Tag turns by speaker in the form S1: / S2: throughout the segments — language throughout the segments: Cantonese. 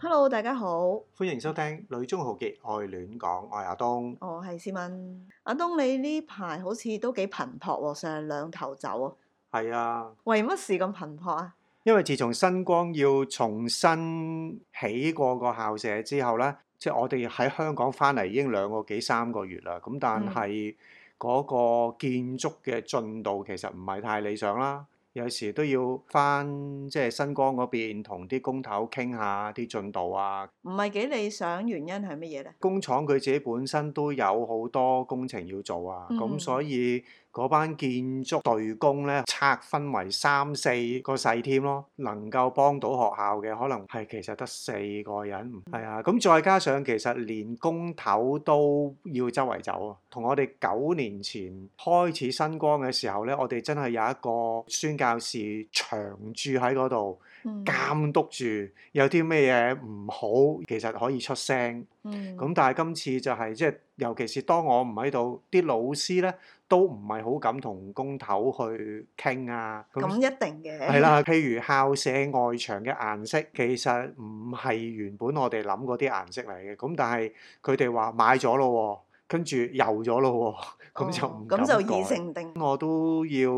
S1: Hello，大家好，我
S2: 歡迎收聽《女中豪傑愛戀港》，我係阿東。
S1: 係思敏。阿東，你呢排好似都幾頻撲喎，上兩頭走啊？
S2: 係啊，
S1: 為乜事咁頻撲啊？
S2: 因為自從新光要重新起過個校舍之後咧，即係我哋喺香港翻嚟已經兩個幾三個月啦。咁但係嗰個建築嘅進度其實唔係太理想啦。有時都要翻即係新光嗰邊同啲工頭傾下啲進度啊。
S1: 唔係幾理想，原因係乜嘢咧？
S2: 工廠佢自己本身都有好多工程要做啊，咁、
S1: 嗯
S2: 所以嗰班建築隊工咧拆分為三四個細 team 咯，能夠幫到學校嘅可能係其實得四個人，係啊，咁再加上其實連工頭都要周圍走啊，同我哋九年前開始新光嘅時候咧，我哋真係有一個宣教士長住喺嗰度。
S1: 嗯，
S2: 監督住有啲咩嘢唔好，其實可以出聲。
S1: 嗯
S2: 咁但係今次就係即係，尤其是當我唔喺度，啲老師咧都唔係好敢同工頭去傾啊。
S1: 咁一定嘅，
S2: 係，啦，譬如校舍外牆嘅顏色，其實唔係原本我哋諗嗰啲顏色嚟嘅。咁但係佢哋話買咗咯喎，跟住油咗咯喎，咁就唔敢
S1: 哦咁就
S2: 改
S1: 已成定。
S2: 我都要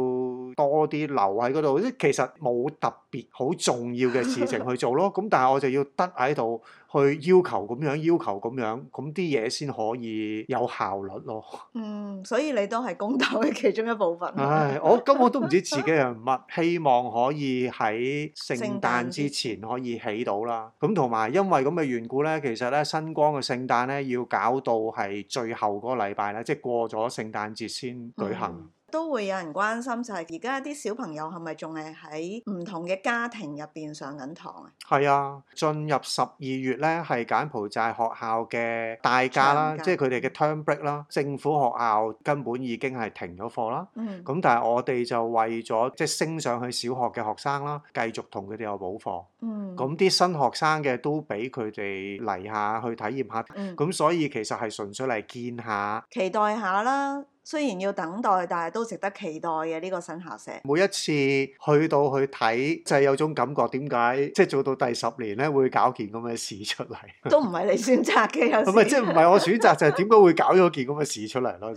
S2: 多啲留喺嗰度，即係其實冇特別好重要嘅事 情去做咯。咁但係我就要得喺度去要求咁樣，要求咁樣，咁啲嘢先可以有效率咯。
S1: 嗯，所以你都係公投嘅其中一部分。
S2: 唉，我根本都唔知自己係乜， 希望可以喺聖誕之前可以起到啦。咁同埋因為咁嘅緣故咧，其實咧新光嘅聖誕咧要搞到係最後嗰個禮拜咧，即係過咗聖誕節先舉行。
S1: 嗯 都會有人關心，就係而家啲小朋友係咪仲係喺唔同嘅家庭入邊上緊堂啊？
S2: 係啊，進入十二月咧，係柬埔寨學校嘅大假啦，
S1: 長假嗯
S2: 即係佢哋嘅 term break 啦。政府學校根本已經係停咗課啦。
S1: 嗯，
S2: 咁但係我哋就為咗即係升上去小學嘅學生啦，繼續同佢哋有補課。
S1: 嗯，
S2: 咁啲新學生嘅都俾佢哋嚟下去體驗下。
S1: 嗯
S2: 咁所以其實係純粹嚟見下。
S1: 期待下啦。雖然要等待，但係都值得期待嘅呢個新校舍。
S2: 每一次去到去睇，就係、有種感覺，點解即係做到第十年咧，會搞件咁嘅事出嚟？
S1: 都唔係你選擇嘅，有時
S2: 咁咪即係唔係我選擇，就係點解會搞咗件咁嘅事出嚟咯？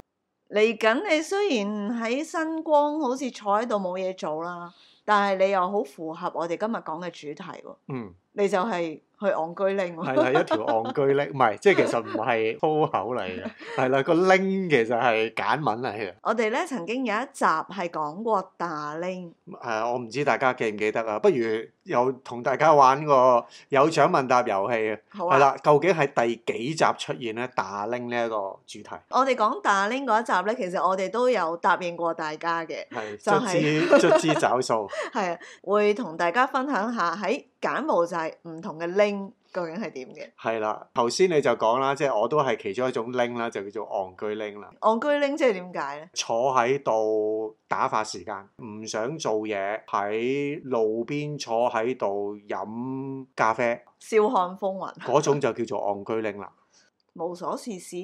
S1: 嚟緊。你雖然喺新光好似坐喺度冇嘢做啦，但係你又好符合我哋今日講嘅主題喎。
S2: 嗯，
S1: 你就係去昂居拎
S2: 係
S1: 喎。
S2: 啦，一條戇居拎，唔係即係其實唔係粗口嚟 嘅，係啦，個拎其實係簡文嚟嘅。
S1: 我哋咧曾經有一集係講過打拎，
S2: 誒、我唔知大家記唔記得啊？不如又同大家玩個有獎問答遊戲啊！
S1: 好
S2: 係
S1: 啊。
S2: 啦，究竟係第幾集出現咧？打拎呢一個主題
S1: 我哋講打拎嗰一集咧，其實我哋都有答應過大家嘅，
S2: 係
S1: 就
S2: 卒
S1: 係
S2: 之卒之找數，
S1: 係啊會同大家分享下喺柬埔寨唔同嘅拎究竟係點嘅。
S2: 係啦。頭先你就講啦，即係我都係其中一種拎啦，就叫做戇居拎啦。
S1: 昂居拎即係點解咧？
S2: 坐喺度打發時間，唔想做嘢，喺路邊坐喺度飲咖啡，
S1: 笑看風雲。
S2: 嗰種就叫做戇居拎啦。
S1: 無所事事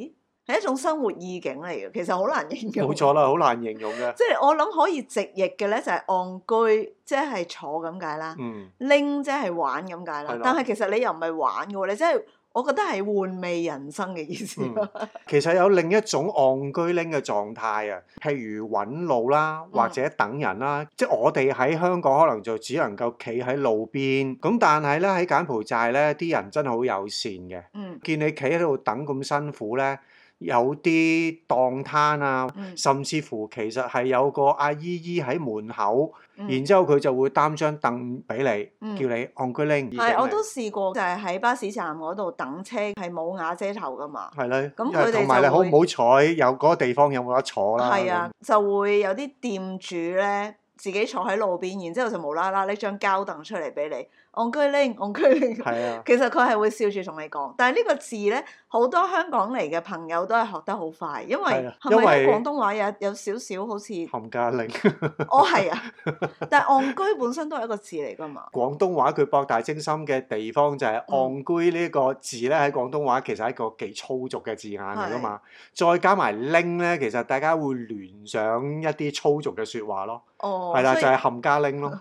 S1: 係一種生活意境嚟嘅，其實好難形容。
S2: 冇錯啦，好難形容 嘅。
S1: 即係我諗可以直譯嘅咧，就係戇居，即係坐咁解啦；
S2: 嗯，
S1: 拎即係玩咁解
S2: 係
S1: 啦
S2: 啦。
S1: 但係其實你又唔係玩嘅喎，你即係我覺得係玩味人生嘅意思。
S2: 嗯其實有另一種戇居拎嘅狀態啊，譬如揾路啦，或者等人啦。即係我哋喺香港可能就只能夠企喺路邊，咁但係咧喺柬埔寨咧，啲人真係好友善嘅。
S1: 嗯
S2: 見你企喺度等咁辛苦咧，有啲檔攤啊。
S1: 嗯
S2: 甚至乎其實係有個阿姨姨喺門口，然
S1: 嗯，
S2: 之後佢就會擔張凳俾你，
S1: 嗯
S2: 叫你按居拎。
S1: 係我都試過，就係喺巴士站嗰度等車，係冇瓦遮頭噶嘛。
S2: 係啦，
S1: 咁
S2: 因
S1: 佢哋
S2: 為同埋你
S1: 就
S2: 好
S1: 會
S2: 唔好彩有嗰個地方有冇得坐啦？
S1: 係啊，就會有啲店主咧自己坐喺路邊，然之後就無啦啦拎張膠凳出嚟俾你，戇居拎，戇居拎
S2: 咁，。係啊，
S1: 其實佢係會笑住同你講，但係呢個字咧，好多香港嚟嘅朋友都係學得好快，因為
S2: 係啊
S1: 係咪喺
S2: 因為
S1: 廣東話有有少少好 似
S2: 冚家拎。
S1: 我係啊，但係戇居本身都係一個字嚟㗎嘛，
S2: 廣東話佢博大精深嘅地方就係
S1: 嗯
S2: 戇居呢個字咧，喺廣東話其實係一個幾粗俗嘅字眼嚟噶嘛。再加埋拎咧，其實大家會聯想一啲粗俗嘅説話咯。
S1: 哦，
S2: 係啦，
S1: 所以
S2: 就係冚家拎咯。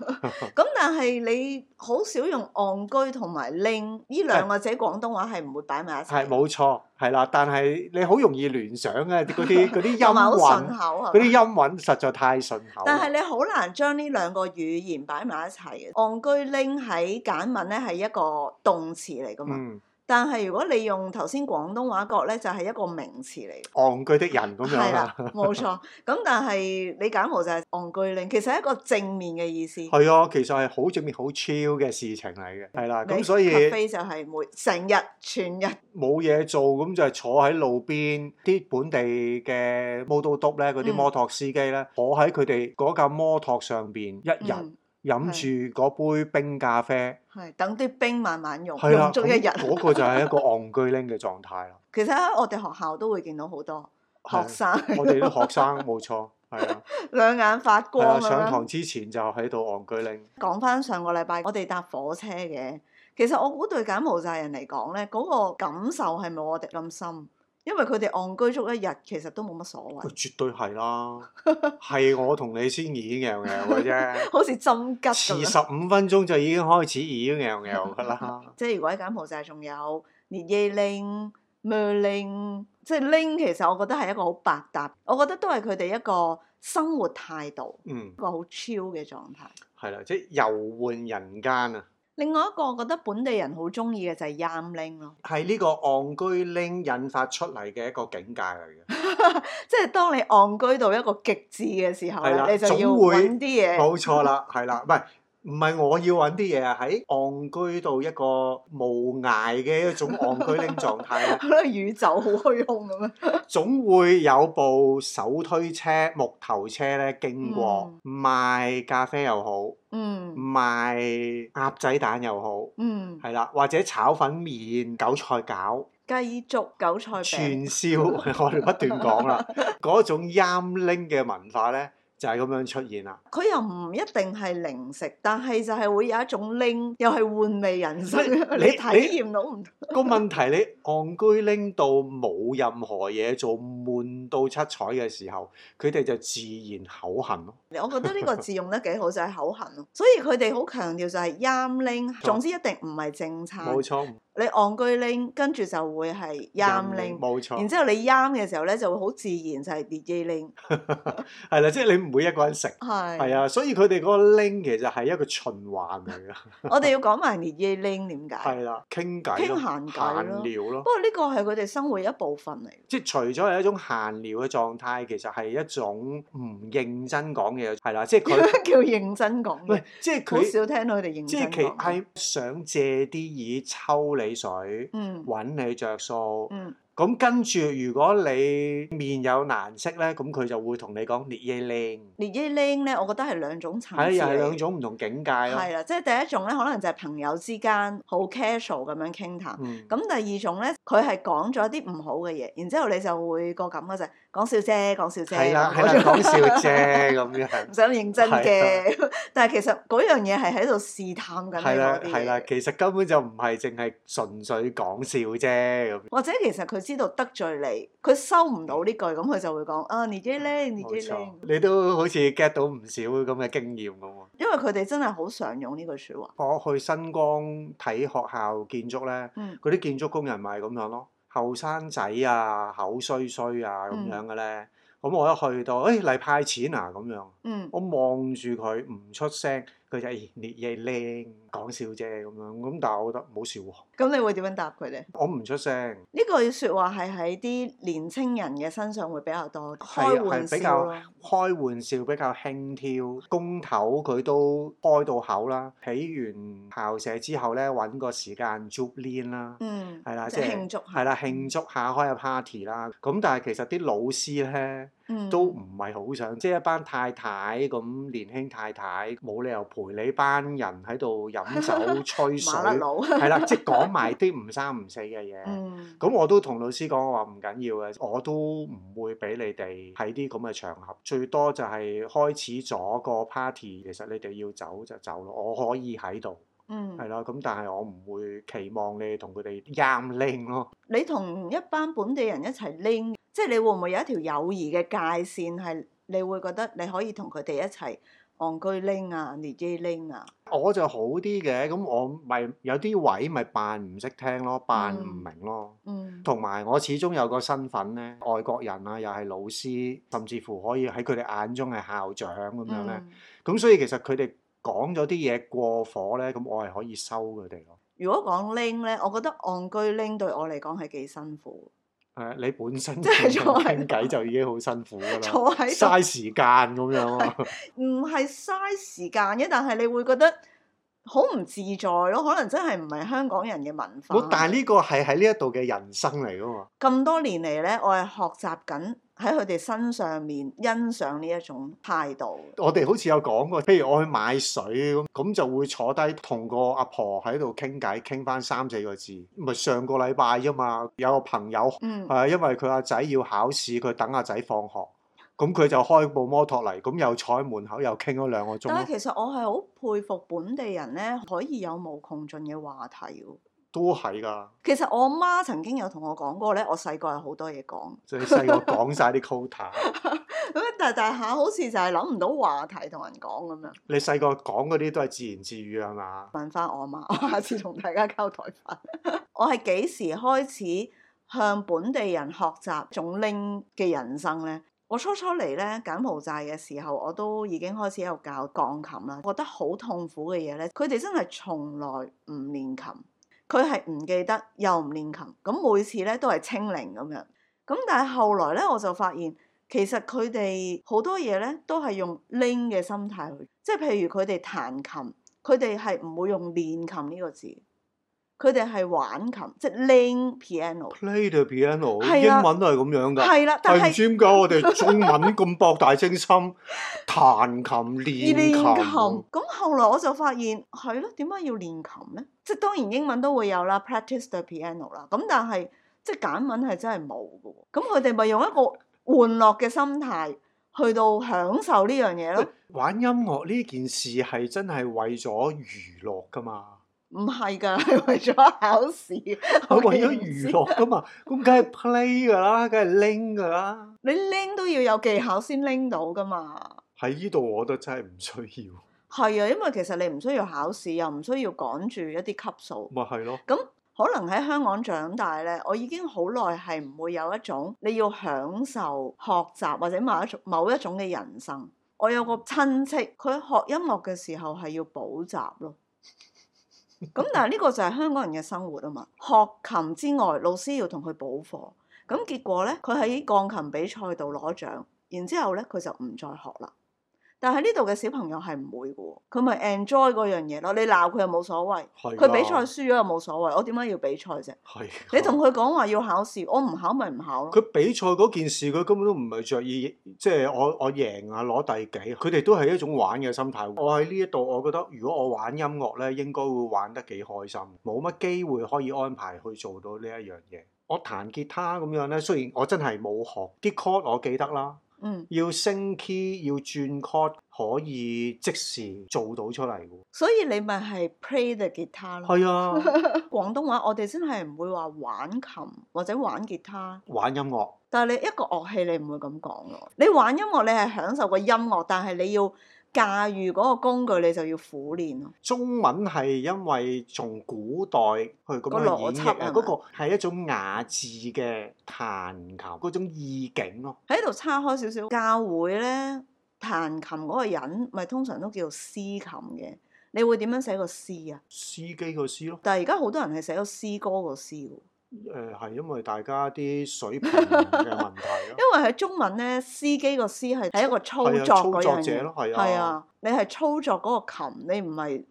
S1: 咁但係你好少用戇居同埋拎呢兩個字喺廣東話係唔會擺埋一齊，
S2: 係冇錯，係啦。但係你好容易聯想嘅 嗰啲嗰啲音
S1: 同埋好
S2: 韻
S1: 順，口
S2: 嗰
S1: 係
S2: 啲
S1: 咪
S2: 音韻實在太順口啦。
S1: 但係你好難將呢兩個語言擺埋一齊嘅。戇居拎喺簡文咧係一個動詞嚟噶嘛，
S2: 嗯，
S1: 但係如果你用頭先廣東話講咧，就係、一個名詞嚟。
S2: 戇居的人咁樣啊
S1: 係
S2: 啦
S1: 啦。，冇 錯。咁但係你簡無就係戇居拎，其實係一個正面嘅意思。
S2: 係啊，其實係好正面、好 chill 嘅事情嚟嘅，係啦。啊咁所以
S1: 非就係每成日全日
S2: 冇嘢做，咁就係坐喺路邊啲本地嘅摩托督咧，嗰啲
S1: 嗯
S2: 摩托司機咧，坐喺佢哋嗰架摩托上邊一人
S1: 嗯
S2: 飲住嗰杯冰咖啡，
S1: 係等啲冰慢慢溶
S2: 係啦，
S1: 溶足一
S2: 咁
S1: 日。
S2: 嗰個就係一個戇居拎嘅 狀態啦。
S1: 其實喺我哋學校都會見到好多
S2: 係啊
S1: 學生，
S2: 我哋啲學生冇 錯，係啊，
S1: 兩眼發
S2: 係
S1: 光
S2: 啊，
S1: 咁
S2: 上
S1: 樣
S2: 堂。之前就喺度戇居拎，
S1: 講翻上個禮拜，我哋搭火車嘅，其實我估對柬埔寨人嚟講咧，嗰、個感受係冇我哋咁深，因為佢哋戇居足一日，其實都冇乜所謂，
S2: 絕對係啦，係我同你先已經嘅 嘅 啫，
S1: 好似針吉咁
S2: 遲
S1: 樣。
S2: 十五分鐘就已經開始已經嘅嘅 啦。
S1: 即係如果喺柬埔寨仲有列耶令、咩令，即係令其實我覺得係一個好百搭，我覺得都係佢哋一個生活態度，
S2: 嗯
S1: 一，個好 chill 嘅狀態。
S2: 係啦，即係遊玩人間啊！
S1: 另外一個我覺得本地人好中意嘅就係 yam 令咯，
S2: 係呢個戇居拎引發出嚟嘅一個境界嚟嘅，
S1: 即係當你戇居到一個極致嘅時候
S2: 係啦
S1: 咧，你就要
S2: 總會
S1: 揾啲嘢。
S2: 冇錯啦，係啦，唔係唔係我要揾啲嘢啊，喺戇居到一個無涯嘅一種戇居拎狀態啊咧，
S1: 好似宇宙好虛空咁樣。
S2: 總會有部手推車、木頭車咧經過，賣咖啡又好，
S1: 嗯
S2: 賣鴨仔蛋又好，
S1: 嗯，
S2: 係啦，或者炒粉麵、韭菜餃。
S1: 雞粥、韭菜餅，
S2: 串燒， 我哋不斷 講啦，嗰種啱拎嘅文化咧，就係、咁樣出現啦。
S1: 佢又唔一定係零食，但係就係會有一種拎，又係玩味人生，
S2: 你
S1: 你
S2: 你
S1: 體驗到唔同。
S2: 個問題你戇居拎到冇任何嘢做，悶到七彩嘅時候，佢哋就自然口痕咯。
S1: 我覺得呢個字用得幾好，就係口痕咯。所以佢哋好強調就係啱拎，總之一定唔係正餐
S2: 冇。錯，
S1: 你戇居拎，跟住就會係啱拎。
S2: 冇
S1: 然
S2: 錯，
S1: 之後你啱嘅時候咧，就會好自然就係跌拎。
S2: 係啦，即係你唔會一個人食。
S1: 係
S2: 係啊，所以佢哋嗰個拎其實係一個循環嚟嘅，
S1: 我哋要講埋跌拎點解？
S2: 係啦，傾偈咯，
S1: 傾閒偈咯
S2: 閒聊咯
S1: 不。過呢個係佢哋生活一部分嚟。
S2: 即係除咗係一種閒聊嘅狀態，其實係一種唔認真講嘢，係啦，即係
S1: 點
S2: 佢
S1: 樣叫認真講
S2: 唔係
S1: 嘢？
S2: 即係
S1: 好
S2: 佢，
S1: 少聽到佢哋認
S2: 即
S1: 真
S2: 係其
S1: 講嘢。
S2: 係想借啲意抽你水，
S1: 嗯
S2: 揾你着數。
S1: 嗯
S2: 咁跟住如果你面有難色咧，咁佢就會同你講列耶令，
S1: 列耶拎咧，我覺得係兩種層次
S2: 係又啊係啊兩
S1: 嚟。
S2: 種唔同境界咯。
S1: 係啦，啊即係第一種咧，可能就係朋友之間好 casual 咁樣傾談。
S2: 嗯，
S1: 咁第二種咧，佢係講咗啲唔好嘅嘢，然之後你就會個感覺就係講笑啫，講笑啫。
S2: 係啦
S1: 講
S2: 係啦，
S1: 笑
S2: 講笑啫咁樣
S1: 唔。使咁認真嘅。 但係其實嗰樣嘢係喺度試探緊
S2: 係
S1: 你
S2: 啦
S1: 嗰啲
S2: 係啦，
S1: 嘢，
S2: 其實根本就唔係淨係純粹講笑啫咁。
S1: 或者其實佢知道得罪你，佢收唔到呢句，咁佢就會講啊，你耶拎，你
S2: 嗯冇
S1: 耶
S2: 錯
S1: 拎，，
S2: 你都好似 get 到唔少咁嘅經驗咁喎。
S1: 因為佢哋真係好常用呢句説話。
S2: 我去新光睇學校建築咧，
S1: 嗯
S2: 嗰啲建築工人咪咁樣咯，後生仔啊，口衰衰啊咁
S1: 嗯
S2: 樣嘅咧。咁我一去到，誒、哎嚟派錢啊咁樣，
S1: 嗯。
S2: 我望住佢唔出聲，佢就哎誒列嘢靚講笑啫咁樣。咁但係我覺得唔好笑喎，
S1: 咁你會點樣答佢哋？
S2: 我唔出聲，
S1: 呢句説話係喺啲年青人嘅身上會比較多，開
S2: 係啊
S1: 玩
S2: 係
S1: 笑
S2: 比較
S1: 咯。
S2: 開玩笑比較輕佻，公頭佢都開到口啦。起完校舍之後咧，揾個時間 j o b l i n 啦。
S1: 嗯，
S2: 係啦
S1: 即
S2: 即係
S1: 係慶祝
S2: 係啦，慶祝下開下 party 啦。咁但係其實啲老師咧
S1: 嗯
S2: 都唔係好想，即係一班太太咁年輕太太，冇理由陪你班人喺度飲酒吹 水，
S1: 麻甩
S2: 係啊
S1: 佬。
S2: 啦，即係講埋啲唔三唔四嘅嘢。
S1: 嗯
S2: 咁我都同老師講，我話唔緊要嘅，我都唔會俾你哋喺啲咁嘅場合，最多就係開始咗個 party，其實你哋要走就走咯，我可以喺度，
S1: 嗯，
S2: 係啦，咁但係我唔會期望你哋同佢哋啱拎咯。
S1: 你同一班本地人一齊拎，即係你會唔會有一條友誼嘅界線係你會覺得你可以同佢哋一齊昂居拎啊、尼基拎啊，
S2: 我就好啲嘅，咁我咪有啲位咪扮唔識聽咯，扮唔
S1: 嗯
S2: 明咯。
S1: 嗯，
S2: 同埋我始終有個身份咧，外國人啊，又係老師，甚至乎可以喺佢哋眼中係校長咁樣咧。
S1: 嗯
S2: 咁、所以其實佢哋講咗啲嘢過火咧，咁我係可以收佢哋咯。
S1: 如果講拎咧，我覺得昂居拎對我嚟講係幾辛苦，
S2: 誒、啊你本身
S1: 即係
S2: 咁樣
S1: 坐喺
S2: 傾
S1: 度
S2: 偈就已經好辛苦㗎啦，
S1: 坐喺度
S2: 嘥時間咁樣啊。
S1: 唔係嘥時間嘅，但係你會覺得好唔自在咯。可能真係唔係香港人嘅文
S2: 冇
S1: 化。，
S2: 但係呢個係喺呢一度嘅人生嚟㗎嘛。
S1: 咁多年嚟咧，我係學習緊喺佢哋身上面欣賞呢一種態度。
S2: 我哋好似有講過，譬如我去買水咁，咁就會坐低同個阿婆喺度傾偈，傾翻三四個字。咪上個禮拜啫嘛，有個朋友
S1: 嗯
S2: 係、啊因為佢阿仔要考試，佢等阿仔放學，咁佢就開部摩托嚟，咁又坐喺門口又傾咗兩個鐘
S1: 但係
S2: 咯，
S1: 其實我係好佩服本地人咧，可以有無窮盡嘅話題喎。
S2: 都係㗎。
S1: 其實我媽曾經有同我講過咧，我細個係好多嘢講，
S2: 即係細個講晒啲 quota，
S1: 咁啊但係大下好似就係諗唔到話題同人講咁樣。
S2: 你細個講嗰啲都係自言自語係嘛？
S1: 問翻我媽， 我下次同大家交代翻。我係幾時開始向本地人學習種拎嘅人生呢？我初初嚟呢柬埔寨嘅時候，我都已經開始有教鋼琴啦。覺得好痛苦嘅嘢呢，佢哋真係從來唔練琴，佢係唔記得又唔練琴，咁每次呢都係清零咁樣。咁但係後來呢，我就發現。其實佢哋好多嘢呢都係用拎嘅心態去，即係譬如佢哋彈琴，佢哋係唔會用練琴呢個字，佢哋係玩琴，即係拎 piano。
S2: Play the piano，
S1: 係
S2: 英
S1: 啊
S2: 文都係咁樣㗎。
S1: 係啦，但
S2: 係唔
S1: 係
S2: 知點解我哋中文咁博大 精深，彈琴
S1: 要
S2: 練
S1: 練琴，，
S2: 琴
S1: 咁後來我就發現係咯，點解要練琴呢？即係當然英文都會有啦，practice the piano 啦。咁但係即係簡文係真係冇嘅喎。咁佢哋咪用一個玩樂嘅心態去到享受呢樣嘢咯。
S2: 玩音樂呢件事係真係為咗娛樂噶嘛，
S1: 唔係㗎，係為咗考試。
S2: 係為
S1: 哋
S2: 咗
S1: 唔
S2: 娛
S1: 知
S2: 樂噶嘛，咁梗係 play 噶啦，梗係拎噶啦。
S1: 你拎都要有技巧先拎到㗎嘛。
S2: 喺呢度我覺得真係唔需要，
S1: 係啊，因為其實你唔需要考試，又唔需要趕住一啲級數。
S2: 咪係咯。
S1: 咁可能喺香港長大呢，我已經好耐係唔會有一種你要享受學習或者某一種某一種嘅人生。我有個親戚，佢學音樂嘅時候係要補習咯。咁但係呢個就係香港人嘅生活啊嘛。學琴之外，老師要同佢補課。咁結果呢，佢喺鋼琴比賽度攞獎，然之後呢，佢就唔再學啦。但係呢度嘅小朋友係唔會嘅喎，佢咪 enjoy 嗰樣嘢咯。你鬧佢又冇所謂。
S2: 係㗎
S1: 佢比賽輸咗又冇所謂，我點解要比賽啫？
S2: 係㗎
S1: 你同佢講話要考試，我唔考咪唔考咯。
S2: 佢比賽嗰件事，佢根本都唔係着意，即係我我贏啊攞第幾，佢哋都係一種玩嘅心態。我喺呢一度，我覺得如果我玩音樂呢，應該會玩得幾開心，冇乜機會可以安排去做到呢一樣嘢。我彈吉他咁樣呢，雖然我真係冇學啲 chord，我記得啦，
S1: 嗯，
S2: 要升 key 要轉 chord 可以即時做到出嚟嘅。
S1: 所以你咪係 play the guitar 咯。
S2: 係啊，
S1: 廣東話我哋真係唔會話玩琴或者玩吉他，
S2: 玩音樂
S1: 但係你一個樂器你唔會咁講咯。你玩音樂你係享受個音樂，但係你要駕馭嗰個工具，你就要苦練咯。
S2: 中文係因為從古代去咁
S1: 個
S2: 樣
S1: 邏輯
S2: 演繹啊，
S1: 係咪
S2: 嗰個係一種雅致嘅彈琴嗰種意境咯。
S1: 喺度叉開少少，教會咧彈琴嗰個人咪通常都叫司琴嘅，你會點樣寫個司啊？
S2: 司機個詩咯，
S1: 但係而家好多人係寫咗詩歌個詩喎。
S2: 誒、係因為大家啲水平嘅問 題咯。
S1: 因為喺中文咧，司機個司係係一個操
S2: 係
S1: 作
S2: 啊操
S1: 嗰
S2: 作
S1: 樣
S2: 者
S1: 嘢，
S2: 咯係啊
S1: 係啊，你係操作嗰個琴，你唔係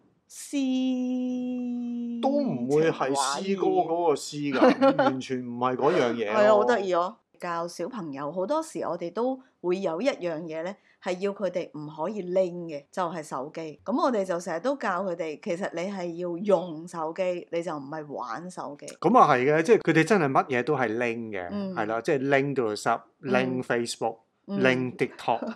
S1: 詩
S2: 都唔會係詩歌嗰個詩㗎，完全唔係嗰樣嘢。
S1: 嗯係啊，好得！意哦！教小朋友好多時，我哋都會有一樣嘢咧，係要佢哋唔可以拎嘅，就係、手機。咁我哋就成日都教佢哋，其實你係要用手機，你就唔係玩手機。
S2: 咁啊係嘅，即係佢哋真係乜嘢都係拎嘅，
S1: 嗯
S2: 係啦、即係拎到濕，拎
S1: 嗯
S2: Facebook，
S1: 嗯
S2: 拎 TikTok，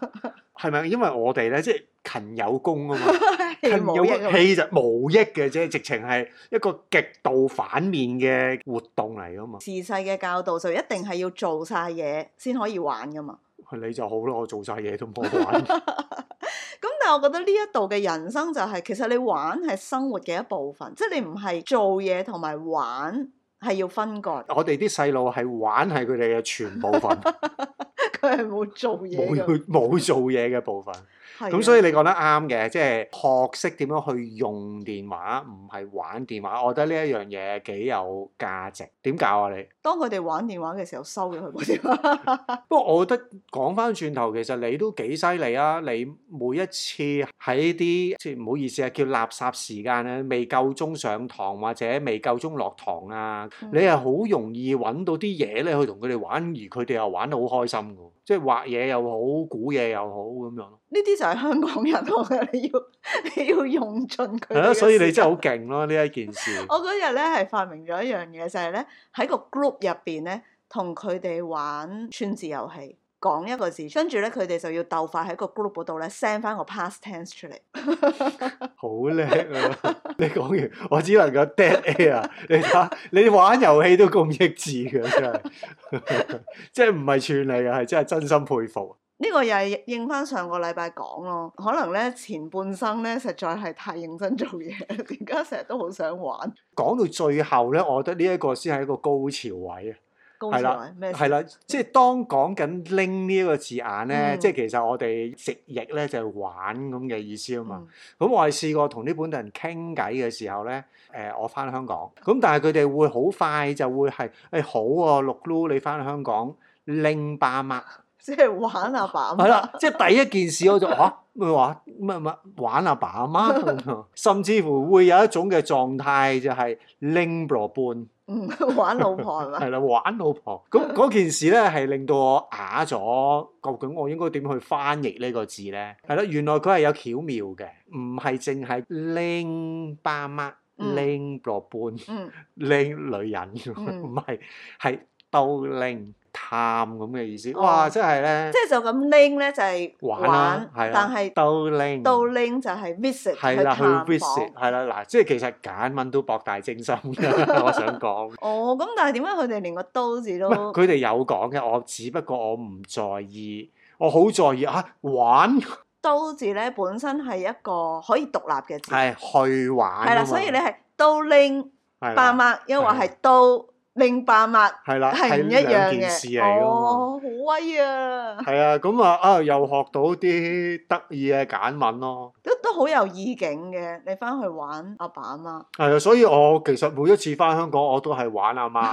S2: 係咪？因為我哋咧即係勤有功啊嘛。
S1: 係
S2: 勤有
S1: 冇益啊
S2: 氣就無益嘅啫，直情係一個極度反面嘅活動嚟啊噶嘛。
S1: 自細嘅教導就一定係要做晒嘢先可以玩噶嘛。
S2: 你就好啦，我做晒嘢都冇玩。
S1: 咁但係我覺得呢一度嘅人生就係、其實你玩係生活嘅一部分，即係你唔係做嘢同埋玩係要分割，
S2: 我哋啲細路係玩係佢哋嘅全部份，
S1: 佢係冇做 嘢
S2: 冇要
S1: 㗎。
S2: 冇做嘢嘅部分。
S1: 係
S2: 咁
S1: 啊
S2: 所以你講得啱嘅，即係學識點樣去用電話，唔係玩電話。我覺得呢一樣嘢幾有價值。點教啊你？
S1: 當佢哋玩電話嘅時候，收咗佢部電話。
S2: 不過我覺得講翻轉頭，其實你都幾犀利啊！你每一次喺啲即係唔好意思啊，叫垃圾時間啊，未夠鐘上堂或者未夠鐘落堂啊， 你係好容易揾到啲嘢咧去同佢哋玩，而佢哋又玩得好開心嘅喎，即係畫嘢又好，估嘢又好咁樣咯。
S1: 呢啲就係香港人，我覺得你要你要用盡佢。
S2: 係咯，所以你真係好。勁咯呢一件事。
S1: 我嗰日咧係發明咗一樣嘢，就係咧喺個 group 入邊咧，同佢哋玩串字遊戲，講一個字，跟住咧佢哋就要鬥快喺個 group 嗰度咧 send 翻個 past tense 出嚟。
S2: 好叻啊！ 你講完，我只能夠 dead air。你睇下，你玩遊戲都咁益智嘅，真係， 即係唔係串你啊，係真係真心佩服。
S1: 呢個又係應翻上個禮拜講咯，可能咧前半生咧實在係太認真做嘢， 而家成日都好想玩
S2: 講到最後咧，我覺得呢一個先係一個高潮位啊！
S1: 高潮
S2: 係啦
S1: 位咩事？
S2: 係啦，即係當講緊拎呢一個字眼咧，
S1: 嗯
S2: 即係其實我哋直譯咧就係玩咁嘅意思啊嘛。
S1: 嗯
S2: 咁我係試過同啲本地人傾偈嘅時候咧，誒、我翻香港，咁但係佢哋會好快就會係誒、哎好喎、六 l 你翻香港拎爸媽，
S1: 即係玩啊阿爸阿媽
S2: 係啦，即係第一件事 我就嚇咩話乜乜玩阿爸阿媽咁樣，甚至乎會有一種嘅狀態就係拎 bro 半。
S1: 嗯，玩老婆係嘛？
S2: 係啦，玩老婆 咁嗰件事咧，係令到我啞咗。究竟我應該點去翻譯呢個字咧？係啦，原來佢係有巧妙嘅，唔係淨係拎爸媽、
S1: 嗯
S2: 拎落半、
S1: 嗯，
S2: 拎女人，
S1: 嗯
S2: 唔係係兜拎探咁嘅意思。
S1: 哦
S2: 哇！真係咧
S1: 即，係就咁 link 咧就係
S2: 玩啦，係啦，
S1: 但係
S2: 兜拎
S1: 到 link 就係 visit
S2: 係啦，去
S1: 探
S2: visit
S1: 訪。
S2: 係啦，嗱，即係其實簡文都博大精深 㗎，我想講。
S1: 哦，咁但係點解佢哋連個刀字都
S2: 唔係佢哋有講嘅，我只不過我唔在意，我好在意啊玩
S1: 刀字咧本身係一個可以獨立嘅字，
S2: 係去玩啊嘛
S1: 係啦，所以你係刀 link
S2: 係
S1: 百
S2: 啦
S1: 物，因為係刀 link 百物
S2: 啊係啦，
S1: 係唔一
S2: 兩
S1: 樣
S2: 件事嚟
S1: 嘅。
S2: 㗎嘛。
S1: 哦，好威啊！
S2: 係啊，咁啊啊又學到啲得意嘅簡文咯，
S1: 都都好有意境嘅，你翻去玩阿爸阿媽，
S2: 係啊，所以我其實每一次翻香港我都係玩 阿媽。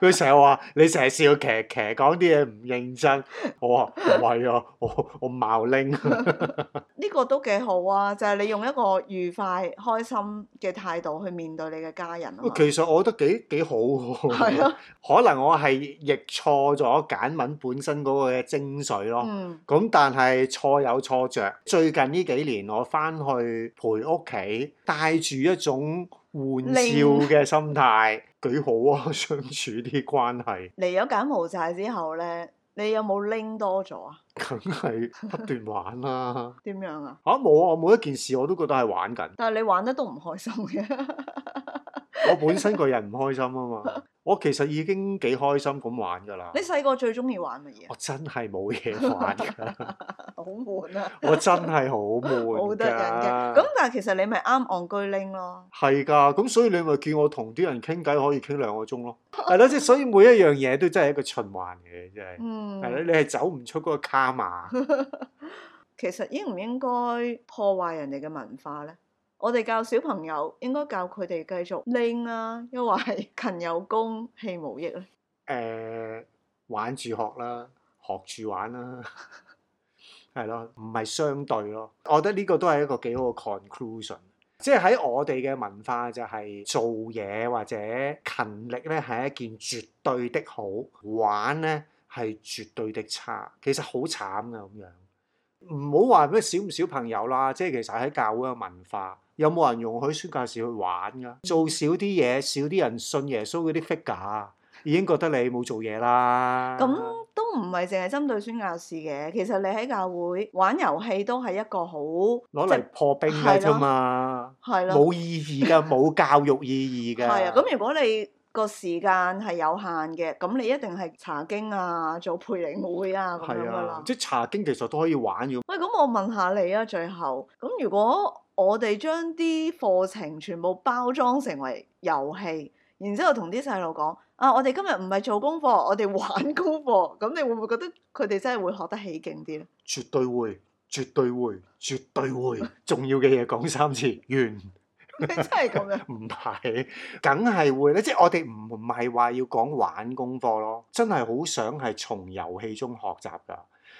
S2: 佢成日話你成日笑騎騎講啲嘢唔認真，我話唔係啊，我我冒 拎。
S1: 呢、個都幾好啊！就係、你用一個愉快、開心嘅態度去面對你嘅家人啊嘛。
S2: 其實我覺得幾幾好喎。
S1: 係啊咯，
S2: 可能我係譯錯咗簡文本身嗰個嘅精髓咯。
S1: 嗯
S2: 咁但係錯有錯着。最近呢幾年我翻去陪屋企，帶住一種玩笑嘅 心態，幾好啊！相處啲關係，
S1: 嚟咗柬埔寨之後咧，你有冇拎多咗啊？
S2: 梗係不斷玩啦、
S1: 點樣啊？
S2: 嚇冇啊！我每一件事我都覺得係玩緊，
S1: 但係你玩得都唔開心嘅，
S2: 我本身個人唔開心啊嘛，我其實已經幾開心咁玩㗎啦
S1: 你。細個最中意玩乜嘢啊
S2: 我？真係冇嘢玩㗎，
S1: 好悶啊，
S2: 我真係好 悶
S1: 好得人
S2: 㗎
S1: 嘅。。咁但係其實你咪啱戇居拎咯。
S2: 係㗎，咁所以你咪見我同啲人傾偈可以傾兩個鐘咯，係啦，即係所以每一樣嘢都真係一個循環嘅，真係
S1: 嗯，
S2: 係啦，你係走唔出嗰個卡嘛，
S1: 其實應唔應該破壞人哋嘅文化呢？我哋教小朋友應該教佢哋繼續拎啦、啊，因為勤有功，戲無益咧。啊
S2: 誒玩住學啦，學住玩啦，係咯，唔係相對咯，我覺得呢個都係一個幾好嘅 conclusion。即係喺我哋嘅文化就係做嘢或者勤力咧係一件絕對的好，玩咧係絕對的差，其實好慘㗎咁樣。唔好話咩小唔小朋友啦，即係其實喺教會嘅文化，有冇人容許宣教士去玩㗎？做少啲嘢，少啲人信耶穌嗰啲 figure 啊已經覺得你冇做嘢啦。
S1: 咁都唔係淨係針對宣教士嘅，其實你喺教會玩遊戲都係一個好
S2: 攞
S1: 即
S2: 嚟
S1: 係
S2: 破冰㗎啫嘛，
S1: 係咯，啊
S2: 冇意義㗎，冇教育意義㗎。
S1: 係啊。咁如果你個時間係有限嘅，咁你一定係查經啊，做培靈會啊咁樣
S2: 係
S1: 噶
S2: 啊
S1: 啦，。
S2: 即係查經其實都可以玩嘅。
S1: 喂，咁我問下你啊，最後咁如果我哋將啲課程全部包裝成為遊戲，然之後同啲細路講啊，我哋今日唔係做功課，我哋玩功課，咁你會唔會覺得佢哋真係會學得起勁啲呢？
S2: 絕對會，絕對會，絕對會。重要嘅嘢講三次，完。
S1: 你真係咁樣？
S2: 唔係，梗係會咧。即係我哋唔唔係話要講玩功課咯，真係好想係從遊戲中學習㗎。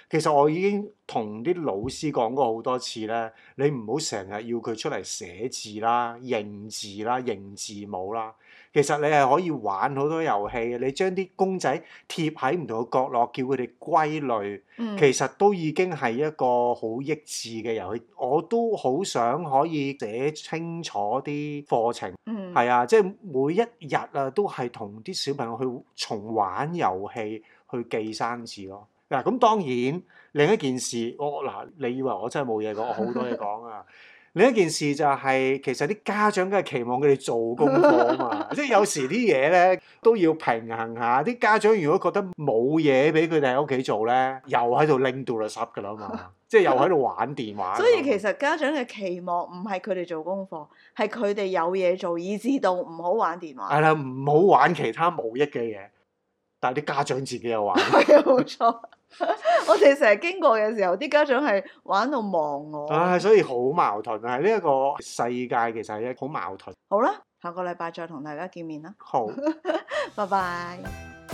S2: 其實我已經同啲老師講過好多次咧，你唔好成日要佢出嚟寫字啦、認字啦、認字母啦。其實你係可以玩好多遊戲嘅，你將啲公仔貼喺唔同嘅角落，叫佢哋歸類。
S1: 嗯，
S2: 其實都已經係一個好益智嘅遊戲，我都好想可以寫清楚啲課程，
S1: 嗯
S2: 係啊，即係每一日啊都係同啲小朋友去重玩遊戲去記生字咯。嗱，咁當然另一件事，我嗱你以為我真係冇嘢講，我好多嘢講啊。另一件事就係、其實啲家長梗係期望佢哋做功課啊嘛，即係有時啲嘢咧都要平衡下。啲家長如果覺得冇嘢俾佢哋喺屋企做咧，又喺度拎到啦濕噶啦嘛，即係又喺度玩電話㗎啦嘛。
S1: 所以其實家長嘅期望唔係佢哋做功課，係佢哋有嘢做，以至到唔好玩電話。
S2: 係啦，唔好玩其他冇益嘅嘢，但係啲家長自己又 玩。
S1: 係啊，冇錯。 我哋成日經過嘅時候，啲家長係玩到忘我。
S2: 唉，所以好矛盾啊！呢一個世界其實係一個好矛盾。
S1: 好啦，下個禮拜再同大家見面啦，
S2: 好，
S1: 拜拜。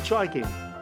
S2: 再見。